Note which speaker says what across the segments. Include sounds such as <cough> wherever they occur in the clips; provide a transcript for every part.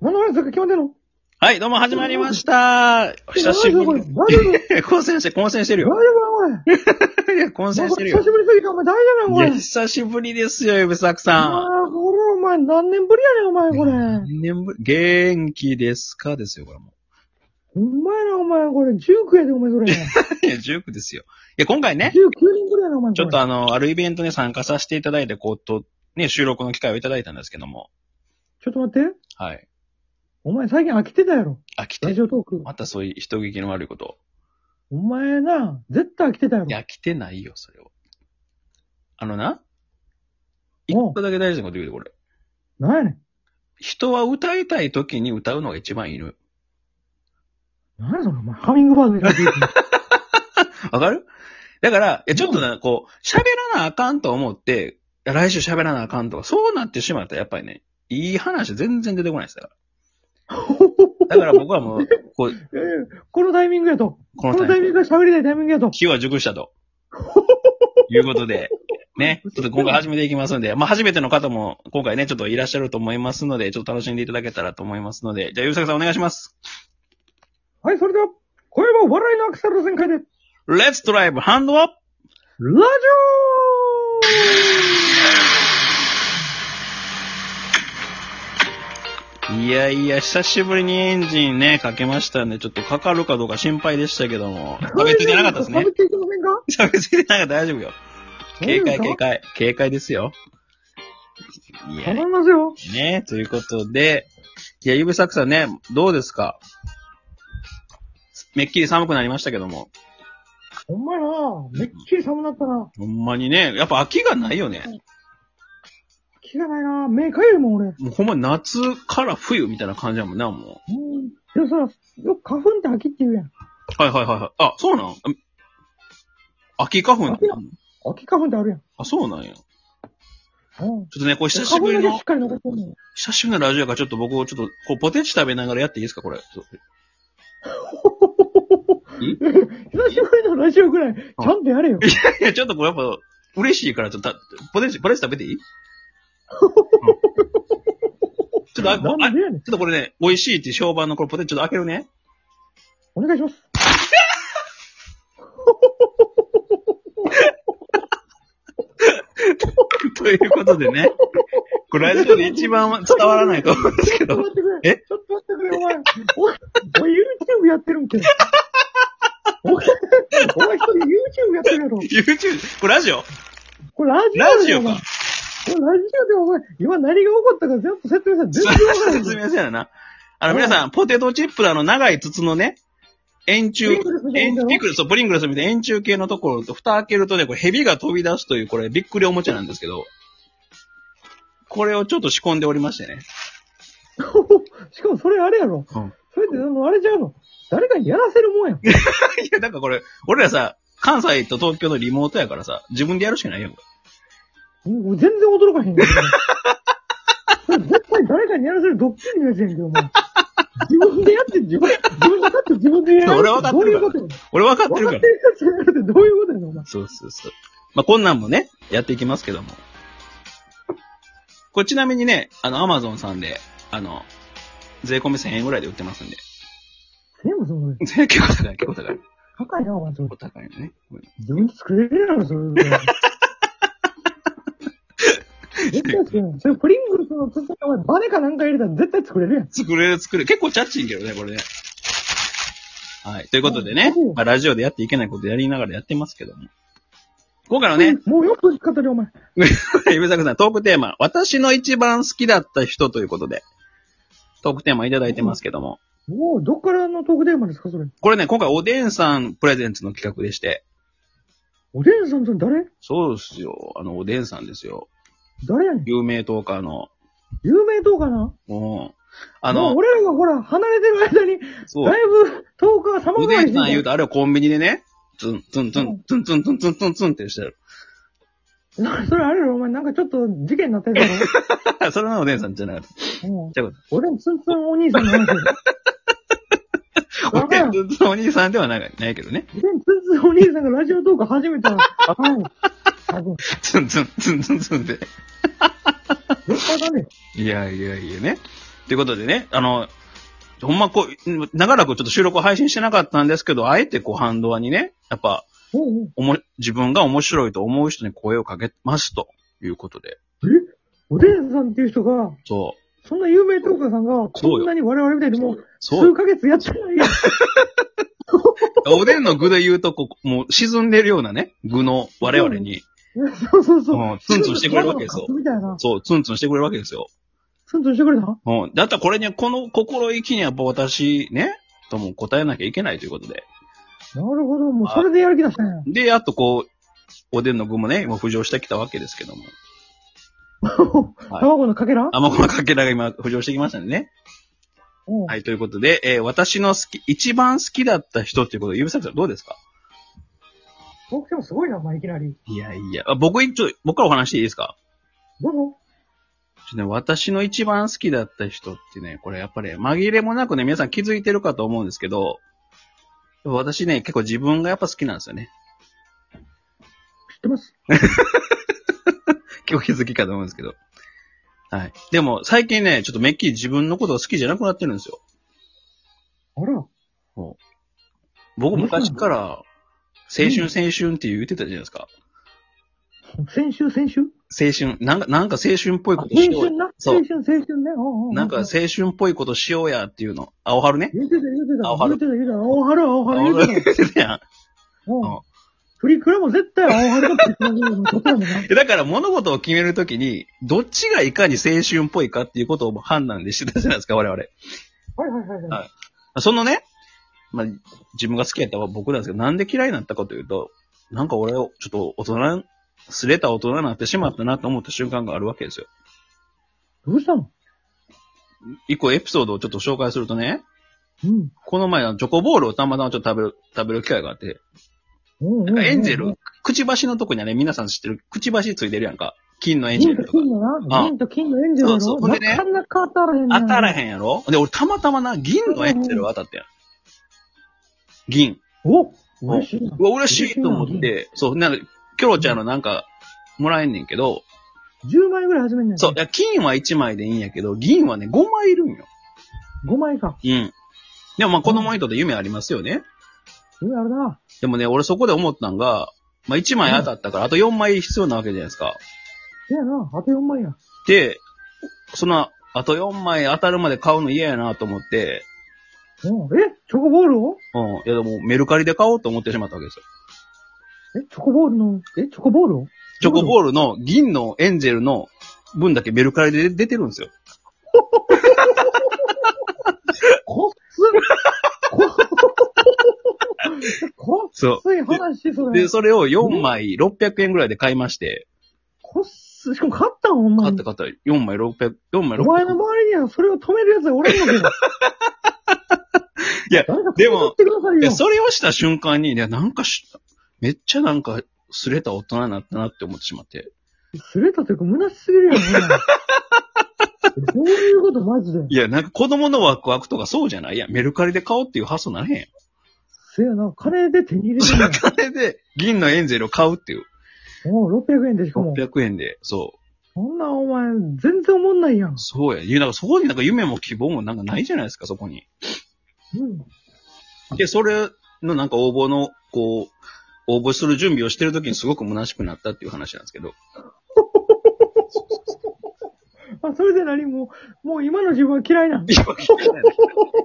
Speaker 1: 何の話だか決まってんの
Speaker 2: はい、どうも始まりました。お久しぶり
Speaker 1: 大丈夫大丈夫。
Speaker 2: <laughs> 混戦して、混戦してる
Speaker 1: 大丈
Speaker 2: よ。
Speaker 1: 夫
Speaker 2: <laughs>
Speaker 1: か、おい。
Speaker 2: いや、混戦してる
Speaker 1: 久
Speaker 2: よ
Speaker 1: し。ぶりすぎて、お前大丈夫
Speaker 2: い
Speaker 1: か、お
Speaker 2: や、
Speaker 1: い。
Speaker 2: 久しぶりですよ、指作
Speaker 1: あ
Speaker 2: さ
Speaker 1: あ、これ、お前、何年ぶりやねん、お前、
Speaker 2: ん。
Speaker 1: これ。
Speaker 2: 何年ぶり元気ですかですよ、これも <laughs>
Speaker 1: ほんまやな、お前、これ、19やで、お前、それ。19
Speaker 2: う。いや、ジュークですよ。いや、今回ね、
Speaker 1: 人ぶりやな、お前、これ
Speaker 2: ちょっと。あの、あるイベントに参加させていただいて、こうと、ね、収録の機会をいただいたんですけども。
Speaker 1: ちょっと待って。
Speaker 2: はい。
Speaker 1: お前、最近飽きてたやろ。
Speaker 2: 飽き
Speaker 1: ラ
Speaker 2: て
Speaker 1: ジ、オトーク。
Speaker 2: またそういう人聞きの悪いこと。
Speaker 1: お前な、絶対飽きてたやろ
Speaker 2: い。や、飽きてないよ、それは。あのな、一
Speaker 1: おう
Speaker 2: 個だけ大事なこと言うで、これ。
Speaker 1: なんやねん。
Speaker 2: 人は歌いたい時に歌うのが一番いいのよ。
Speaker 1: なんやそれ、お前、ハミングバードに書い
Speaker 2: <laughs>
Speaker 1: てる。
Speaker 2: わかるだから、いや、ちょっとな、こう、喋らなあかんと思って、いや来週喋らなあかんとか、そうなってしまったら、やっぱりね、いい話全然出てこないですから。だから僕はもう、こう、
Speaker 1: いやいやこのタイミングやと。
Speaker 2: こ
Speaker 1: こ
Speaker 2: の
Speaker 1: の
Speaker 2: タ
Speaker 1: タ
Speaker 2: イ
Speaker 1: イミ
Speaker 2: ミン
Speaker 1: ン
Speaker 2: グ、
Speaker 1: グが喋りたいタイミングやと。
Speaker 2: 日は熟したと。いうことで、ね、ちょっと今回始めていきますんで、まあ初めての方も今回ね、ちょっといらっしゃると思いますので、ちょっと楽しんでいただけたらと思いますので、じゃあ、ゆうさくさんお願いします。
Speaker 1: はい、それでは、声は笑いのアクセル全開で、ラジ
Speaker 2: Let's drive hand up! いやいや、久しぶりにエンジンね、かけましたんで、ちょっとかかるかどうか心配でしたけど <laughs> も。
Speaker 1: オ
Speaker 2: かけついてなかったです <laughs> ね
Speaker 1: 喋。っていきませんか
Speaker 2: かけついてなかったら大丈夫よ。 <laughs> 警戒、
Speaker 1: 大丈夫
Speaker 2: 警
Speaker 1: ですか
Speaker 2: 戒、警戒ですよ。いや、
Speaker 1: 頼みますよ。
Speaker 2: ね、ということで、いや、ゆぶさくさんね、どうですかめっきり寒くなりましたけども。
Speaker 1: ほんまやなめっきり寒なったな。
Speaker 2: ほんまにね、やっぱ秋がないよね。
Speaker 1: 気がないな目かゆいもん、俺。
Speaker 2: もうほんま夏から冬みたいな感じやもんな、も
Speaker 1: うん。でさ、よく花粉って秋って言うやん。
Speaker 2: う。はいはいはいはい。あ、そうなんあ秋花粉なん
Speaker 1: 秋や秋花粉ってあるやん。
Speaker 2: あ、そうなんや。
Speaker 1: うん。
Speaker 2: ちょっとね、これ久し
Speaker 1: 花
Speaker 2: ぶ
Speaker 1: 粉
Speaker 2: り
Speaker 1: だけ
Speaker 2: の
Speaker 1: しっ、かり残ってんねん。
Speaker 2: 久しぶりのラジオやからちょっと僕、ちょっと、こう、ポテチ食べながらやっていいですか、これ。ちょっと
Speaker 1: 久しぶりのラジオぐらい、ちゃんとやれよ。
Speaker 2: いや、ちょっとこれやっぱ、嬉しいから、ちょっとた、ポテチ、ポテチ食べていいうんちょっと、あ、
Speaker 1: な
Speaker 2: こ
Speaker 1: ん
Speaker 2: あちょ
Speaker 1: でやねん。
Speaker 2: っとこれね、美味しいって評判のこれポテチちょっと開けるね。 <laughs>
Speaker 1: お願いします。
Speaker 2: ということでね、これラジオで一番伝わらないと思うんですけ
Speaker 1: ちょっと
Speaker 2: ど、
Speaker 1: 待ってくれ。
Speaker 2: え
Speaker 1: ちょっと待ってくれ、お前。お前、お前 YouTube やってるん
Speaker 2: <laughs>
Speaker 1: け。お前、お前一人 YouTube やってるやろ。
Speaker 2: YouTube、これラジオ
Speaker 1: これラジオ
Speaker 2: ラジ
Speaker 1: で
Speaker 2: オ
Speaker 1: お前。
Speaker 2: か
Speaker 1: こ。れラジオでお前、今何が起こったか全部説明したら全然わからない。
Speaker 2: 説明せやな。あの、皆さん、ポテトチップのあの、長い筒のね、
Speaker 1: プ
Speaker 2: 円柱
Speaker 1: リングルスみ、たい
Speaker 2: 円
Speaker 1: な
Speaker 2: ピクルス、プリングルスみたいな円柱形のところと、蓋開けるとね、これ、蛇が飛び出すという、これ、びっくりおもちゃなんですけど、これをちょっと仕込んでおりましてね。
Speaker 1: しかもそれあれやろ。
Speaker 2: うん
Speaker 1: それってでもあれちゃうの。誰かにやらせるもんやん。
Speaker 2: いや、なんかこれ、俺らさ、関西と東京のリモートやからさ、自分でやるしかないやん。
Speaker 1: もう全然驚かへんけど。それ絶対誰かにやらせるドッキリのやつやんけ、お前。自分でやって、自分、自分で勝って自分でやる。
Speaker 2: 俺は分かって
Speaker 1: どう
Speaker 2: るから
Speaker 1: いうことやねん
Speaker 2: 俺分かって
Speaker 1: 分
Speaker 2: る
Speaker 1: か
Speaker 2: か
Speaker 1: っ
Speaker 2: ら
Speaker 1: て。るやつがやるってどういうことやねん、お前。
Speaker 2: そうそうそう。まあ、こんなんもね、やっていきますけども。これちなみにね、あの、アマゾンさんで、あの、税込み1000円ぐらいで売ってますんで。
Speaker 1: 全部その、
Speaker 2: <laughs> 結構高い、結構高い。結
Speaker 1: 高いな、お前、それ。
Speaker 2: 構高いよね。
Speaker 1: 自分で作れるやろ、それ。
Speaker 2: <laughs>
Speaker 1: 絶対作れない。それ、プリングルスの筒にお前、バネかなんか入れたら絶対作れるやん。
Speaker 2: 作れる、作れる。結構チャッチいけどね、これね。はい。ということでね
Speaker 1: うん、
Speaker 2: まあ、ラジオでやっていけないことやりながらやってますけども。今回のね、
Speaker 1: もうよく使ったで、お前。
Speaker 2: ゆめさくさん、トークテーマ、私の一番好きだった人ということで、トークテーマいただいてますけども。
Speaker 1: もう、どっからのトークテーマですか、それ。
Speaker 2: これね、今回おでんさんプレゼンツの企画でして、
Speaker 1: おでんさんと誰
Speaker 2: そうですよ。あの、おでんさんですよ。
Speaker 1: 誰やねん。
Speaker 2: 有名トーカーの。
Speaker 1: 有名党かな
Speaker 2: うん。
Speaker 1: もう
Speaker 2: あの、
Speaker 1: 俺らがほら、離れてる間に、
Speaker 2: そう
Speaker 1: だ。いぶ、トークが様
Speaker 2: お
Speaker 1: 変わ
Speaker 2: で
Speaker 1: り
Speaker 2: んさん言う
Speaker 1: た。
Speaker 2: と、あれはコンビニでね、ツン、ツン、ツ
Speaker 1: う
Speaker 2: ン、ツン、ツン、ツン、ツン、ツン、ツンってしてる。
Speaker 1: それあれやろ、お前、なんかちょっと事件になってるや
Speaker 2: <laughs> それはおでんさんじゃなかった。
Speaker 1: ろ。も
Speaker 2: ちゃう
Speaker 1: う俺のツンツンお兄さんの話。
Speaker 2: おでん、ツン、ツンお兄さんではないないけどね。
Speaker 1: で、つんつんお兄さんがラジオトーク始めたら、あかんよ。多分、
Speaker 2: ツン、ツン、ツン、ツン、ツンって。
Speaker 1: 絶対あかんねん。
Speaker 2: いやいやいやね。ということでね、あの、ほんまこう、長らくちょっと収録を配信してなかったんですけど、あえてこう、ハンドアにね、やっぱ、
Speaker 1: うんうん。
Speaker 2: おも、自分が面白いと思う人に声をかけますということで。
Speaker 1: えおでんさんっていう人が、
Speaker 2: そ
Speaker 1: そんな有名トーカーさんが、
Speaker 2: そうよ
Speaker 1: こんなに我々みたいにもう
Speaker 2: う。、そ
Speaker 1: 数
Speaker 2: う。
Speaker 1: ヶ月やってないやん。
Speaker 2: おでんの具で言うと、こう、もう沈んでるようなね、具の我々に、
Speaker 1: そうそうそう。
Speaker 2: うんツンツンしてくれるわけですよ
Speaker 1: みたいな。
Speaker 2: そう、ツンツンしてくれるわけですよ。
Speaker 1: ツンツンしてくれた
Speaker 2: うん。だったらこれに、この心意気にやっぱ私、ね、とも答えなきゃいけないということで。
Speaker 1: なるほど。もうそれでやる気出したんや。
Speaker 2: で、やっとこう、おでんの具もね、今浮上してきたわけですけども。
Speaker 1: 卵のかけら
Speaker 2: あまこのかけらが今浮上してきましたね。
Speaker 1: うん
Speaker 2: はい、ということで、えー私の好き、一番好きだった人っていうことで、ゆびさきさんどうですか
Speaker 1: 僕でもすごいな、お前いきなり。
Speaker 2: いやいや、あ僕一応、僕からお話していいですか
Speaker 1: どうぞ。
Speaker 2: ちょっとね、私の一番好きだった人ってね、これやっぱり紛れもなくね、皆さん気づいてるかと思うんですけど、私ね、結構自分がやっぱ好きなんですよね。
Speaker 1: 知
Speaker 2: <laughs>
Speaker 1: ってます。
Speaker 2: 結構気づきかと思うんですけど。はい。でも、最近ね、ちょっとめっきり自分のことが好きじゃなくなってるんですよ。
Speaker 1: あら。
Speaker 2: 僕昔から、青春青春って言ってたじゃないですか。
Speaker 1: 先週、先週
Speaker 2: 青春、なんか、なんか青春っぽい
Speaker 1: あ
Speaker 2: こ
Speaker 1: 青
Speaker 2: としよう
Speaker 1: 春
Speaker 2: や。
Speaker 1: な。
Speaker 2: そう
Speaker 1: 青春、青春ね。うんうう
Speaker 2: なんか青春っぽいことしようやっていうの。青春ね。 <laughs>
Speaker 1: 言うてた、言うて
Speaker 2: 青
Speaker 1: た。
Speaker 2: 春
Speaker 1: 言うてた、言うてた。青春、青春、言うてた。
Speaker 2: 言ってたやん
Speaker 1: うん
Speaker 2: うん
Speaker 1: プリクラも絶対青春だって言ってたのに、とってもね。
Speaker 2: でだから物事を決めるときに、どっちがいかに青春っぽいかっていうことを判断でしてたじゃないですか、我々。
Speaker 1: はいはいはいはい。
Speaker 2: そのね、まあ、自分が好きやったのは僕なんですけど、なんで嫌いになったかというと、なんか俺をちょっと大人、すれた大人になってしまったなと思った瞬間があるわけですよ。
Speaker 1: どうしたの
Speaker 2: 一個エピソードをちょっと紹介するとね、
Speaker 1: うん。
Speaker 2: この前あのチョコボールをたまたまちょっと食べる、食べる機会があって、
Speaker 1: うんうんう
Speaker 2: な
Speaker 1: んん
Speaker 2: かエンジェル、くちばしのとこにはね、皆さん知ってる、くちばしついてるやんか。金のエンジ
Speaker 1: 銀
Speaker 2: ェ
Speaker 1: と
Speaker 2: ルとか。
Speaker 1: 金のな。
Speaker 2: うん
Speaker 1: 銀と金のエンジェルや
Speaker 2: そうそ
Speaker 1: ろ
Speaker 2: うほんでね
Speaker 1: なかなか当たらへん
Speaker 2: 当たら
Speaker 1: ん。
Speaker 2: へんやろで、俺たまたまな、銀のエンジェルが当たったやん。銀。
Speaker 1: お嬉しいな。
Speaker 2: うわ、嬉しいと思って、そう、なんか、キョロちゃんのなんか、もらえんねんけど、
Speaker 1: 10枚ぐらい始めんねん。
Speaker 2: そう、い。や、金は1枚でいいんやけど、銀はね、5枚いるんよ。
Speaker 1: 5枚か。
Speaker 2: うん。でもまあ、子供にとって夢ありますよね。
Speaker 1: うんあれな。
Speaker 2: でもね、俺そこで思ったんが、まあ、1枚当たったから、あと4枚必要なわけじゃないですか。
Speaker 1: せやな。あと4枚や。
Speaker 2: で、その、あと4枚当たるまで買うの嫌やなと思って、
Speaker 1: うん。えチョコボールを
Speaker 2: うん。いや、でも、メルカリで買おうと思ってしまったわけですよ。
Speaker 1: えチョコボールの、えチョコボールを
Speaker 2: チョコボールの銀のエンジェルの分だけメルカリで出てるんですよ。
Speaker 1: こっつこっこっ
Speaker 2: そ。
Speaker 1: つい話、そうれ
Speaker 2: で、。それを4枚600円ぐらいで買いまして、
Speaker 1: こっす、しかも勝ったんほんま
Speaker 2: 買っ
Speaker 1: に
Speaker 2: た。方、4枚600、4枚
Speaker 1: お前の
Speaker 2: 600。
Speaker 1: 周りにはそれを止める奴はおらんのけど。
Speaker 2: <laughs> いや
Speaker 1: 誰か止
Speaker 2: でも
Speaker 1: めてください
Speaker 2: いや、
Speaker 1: よ。
Speaker 2: それをした瞬間に、いや、なんかし、めっちゃなんか、すれた大人になったなって思ってしまって。
Speaker 1: すれたというか、虚しすぎるよ、ほんならそういうこと、マジで。
Speaker 2: いや、なんか子供のワクワクとかそうじゃないいや、メルカリで買おうっていう発想ならへんやん。
Speaker 1: せやな、金で手に入れてるやん。
Speaker 2: 金で銀のエンゼルを買うっていう。
Speaker 1: もう600円でしかも。
Speaker 2: 600円で。そ
Speaker 1: そんなお前、全然思んないやん
Speaker 2: う。。そうや。いや、なんかそこになんか夢も希望もなんかないじゃないですか、そこに。
Speaker 1: うん。
Speaker 2: で、それのなんか応募の、こう、応募する準備をしてる時にすごく虚しくなったっていう話なんですけ
Speaker 1: <laughs>
Speaker 2: ど。
Speaker 1: あ、それで何もう、もう今の自分は嫌いなん
Speaker 2: いや聞かないで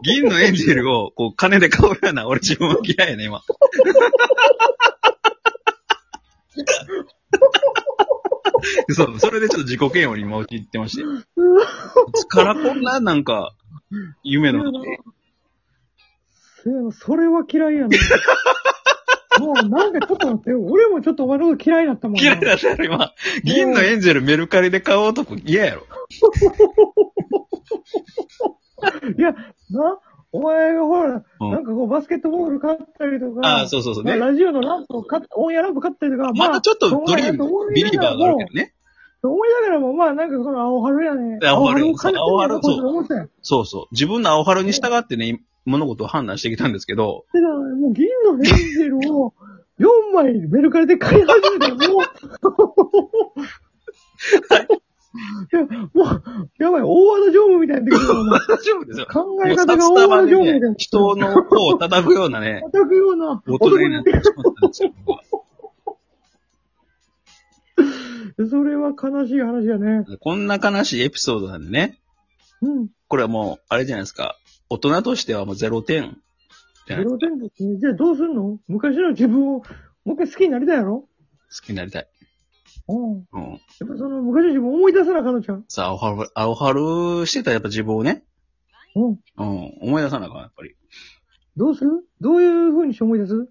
Speaker 2: 銀のエンジェルを、こう、金で買うような、俺自分は嫌いやね、今。 <laughs> そう、それでちょっと自己嫌悪に今陥ってまして。いつからこんな、なんか、夢の、
Speaker 1: せやな、それは嫌
Speaker 2: <laughs>
Speaker 1: いやな。もうなんかちょっと待ってよ。俺もちょっとお前のこと嫌いだったもんな。
Speaker 2: 嫌いだったやろ、今。銀のエンジェルメルカリで買おうとこ嫌やろ。
Speaker 1: いや、な、お前がほら、
Speaker 2: うん
Speaker 1: なんかこうバスケットボール買ったりとか、
Speaker 2: ああ、そうそうそう
Speaker 1: まあ
Speaker 2: ね。
Speaker 1: ラジオのランプを買っオンエアランプ買ったりとか、
Speaker 2: まだちょっとドリーム、ビリーバーがあるけど
Speaker 1: ど。
Speaker 2: ね。
Speaker 1: と思いながらも、まあなんかその青春やね。
Speaker 2: 青春
Speaker 1: を買って
Speaker 2: 青春
Speaker 1: こいつら思ってたやん。
Speaker 2: そうそう。自分の青春に従ってね、物事を判断してきたんですけど、
Speaker 1: てかもう銀のヘンゼルを4枚メルカリで買い始めたらもう、もう、やばい、大和田常務みたいになってくるな。
Speaker 2: <laughs> 大丈夫ですよ。
Speaker 1: 考
Speaker 2: も
Speaker 1: え
Speaker 2: うス
Speaker 1: 方
Speaker 2: タ
Speaker 1: が
Speaker 2: ス
Speaker 1: 大
Speaker 2: タ
Speaker 1: 和
Speaker 2: バ
Speaker 1: 田常
Speaker 2: で
Speaker 1: 務みた
Speaker 2: ね
Speaker 1: いに、
Speaker 2: 人の方を叩くような <laughs> ね、
Speaker 1: 叩くような
Speaker 2: 大人
Speaker 1: 男
Speaker 2: に
Speaker 1: にな
Speaker 2: なっ
Speaker 1: ってて
Speaker 2: しまったんですよ。
Speaker 1: それは悲しい話やね。
Speaker 2: こんな悲しいエピソードなんでね。
Speaker 1: うん。
Speaker 2: これはもう、あれじゃないですか。大人としてはもう0点じゃない
Speaker 1: 0点ですね。じゃあどうすんの昔の自分を、もう一回好きになりたいやろ
Speaker 2: 好きになりたい。
Speaker 1: うん。
Speaker 2: うん。
Speaker 1: やっぱその昔の自分を思い出さなあかんのちゃん。
Speaker 2: さあ、青春、青春してたやっぱ自分をね。
Speaker 1: うん。
Speaker 2: うん。思い出さなあかん、やっぱり。 <laughs>
Speaker 1: どうするどういう風にして思い出す
Speaker 2: 何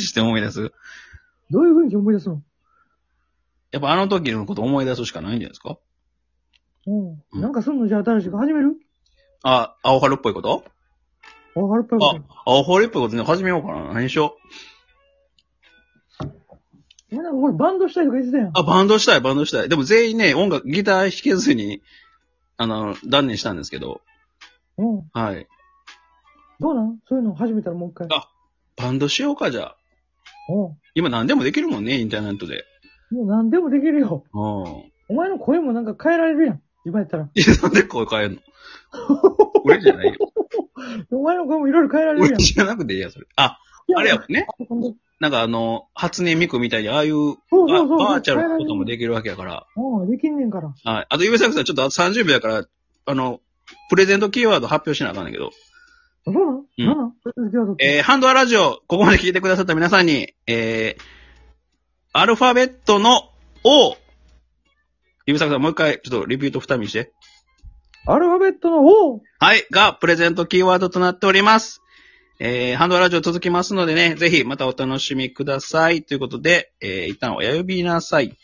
Speaker 2: して思い出す
Speaker 1: どういう風にして思い出すの
Speaker 2: やっぱあの時のこと思い出すしかないんじゃないですか
Speaker 1: うん。なんかすんのじゃあ新しく始める
Speaker 2: あ、青春っぽいこと
Speaker 1: わかるっぽいこ
Speaker 2: あ、青春っぽいことね、始めようかな。何しよう。
Speaker 1: と。なんか俺バンドしたいとか言ってたやん。
Speaker 2: あ、バンドしたい、バンドしたい。でも全員ね、音楽、ギター弾けずに、あの、断念したんですけど、
Speaker 1: うん。
Speaker 2: はい。
Speaker 1: どうなんそういうの始めたらもう一回。
Speaker 2: あバンドしようか、じゃあ。
Speaker 1: うん。
Speaker 2: 今何でもできるもんね、インターネットで。
Speaker 1: もう何でもできるよ。
Speaker 2: うん。
Speaker 1: お前の声もなんか変えられるやん。今やったら。
Speaker 2: いや、 <laughs> なんで声
Speaker 1: <laughs>
Speaker 2: 変えんの俺じゃないよ。
Speaker 1: お前の声もいろいろ変えられるや
Speaker 2: 俺
Speaker 1: ん。い
Speaker 2: じゃなくていいや、それ。あ、
Speaker 1: や
Speaker 2: あれやもんね。
Speaker 1: ほんで
Speaker 2: なんかあの、初音ミクみたいに、ああいう
Speaker 1: そうそ
Speaker 2: バ
Speaker 1: うそう。
Speaker 2: バーチャルなことも
Speaker 1: で
Speaker 2: できるわけやから。
Speaker 1: うん、できんねんから。
Speaker 2: はい。あと、ゆめさくさん、ちょっとあと30秒やから、あの、プレゼントキーワード発表しなあかんねんけど。
Speaker 1: そうなの
Speaker 2: うん
Speaker 1: 何なの続きはどっち
Speaker 2: えー、ハンドアラジオ、ここまで聞いてくださった皆さんに、えー、アルファベットの O、ゆめさくさん、もう一回、ちょっとリピート二見して。
Speaker 1: アルファベットの O!
Speaker 2: はい、がプレゼントキーワードとなっております。えー、ハンドラジオ続きますのでね、ぜひまたお楽しみください。ということで、えー、一旦親指なさい。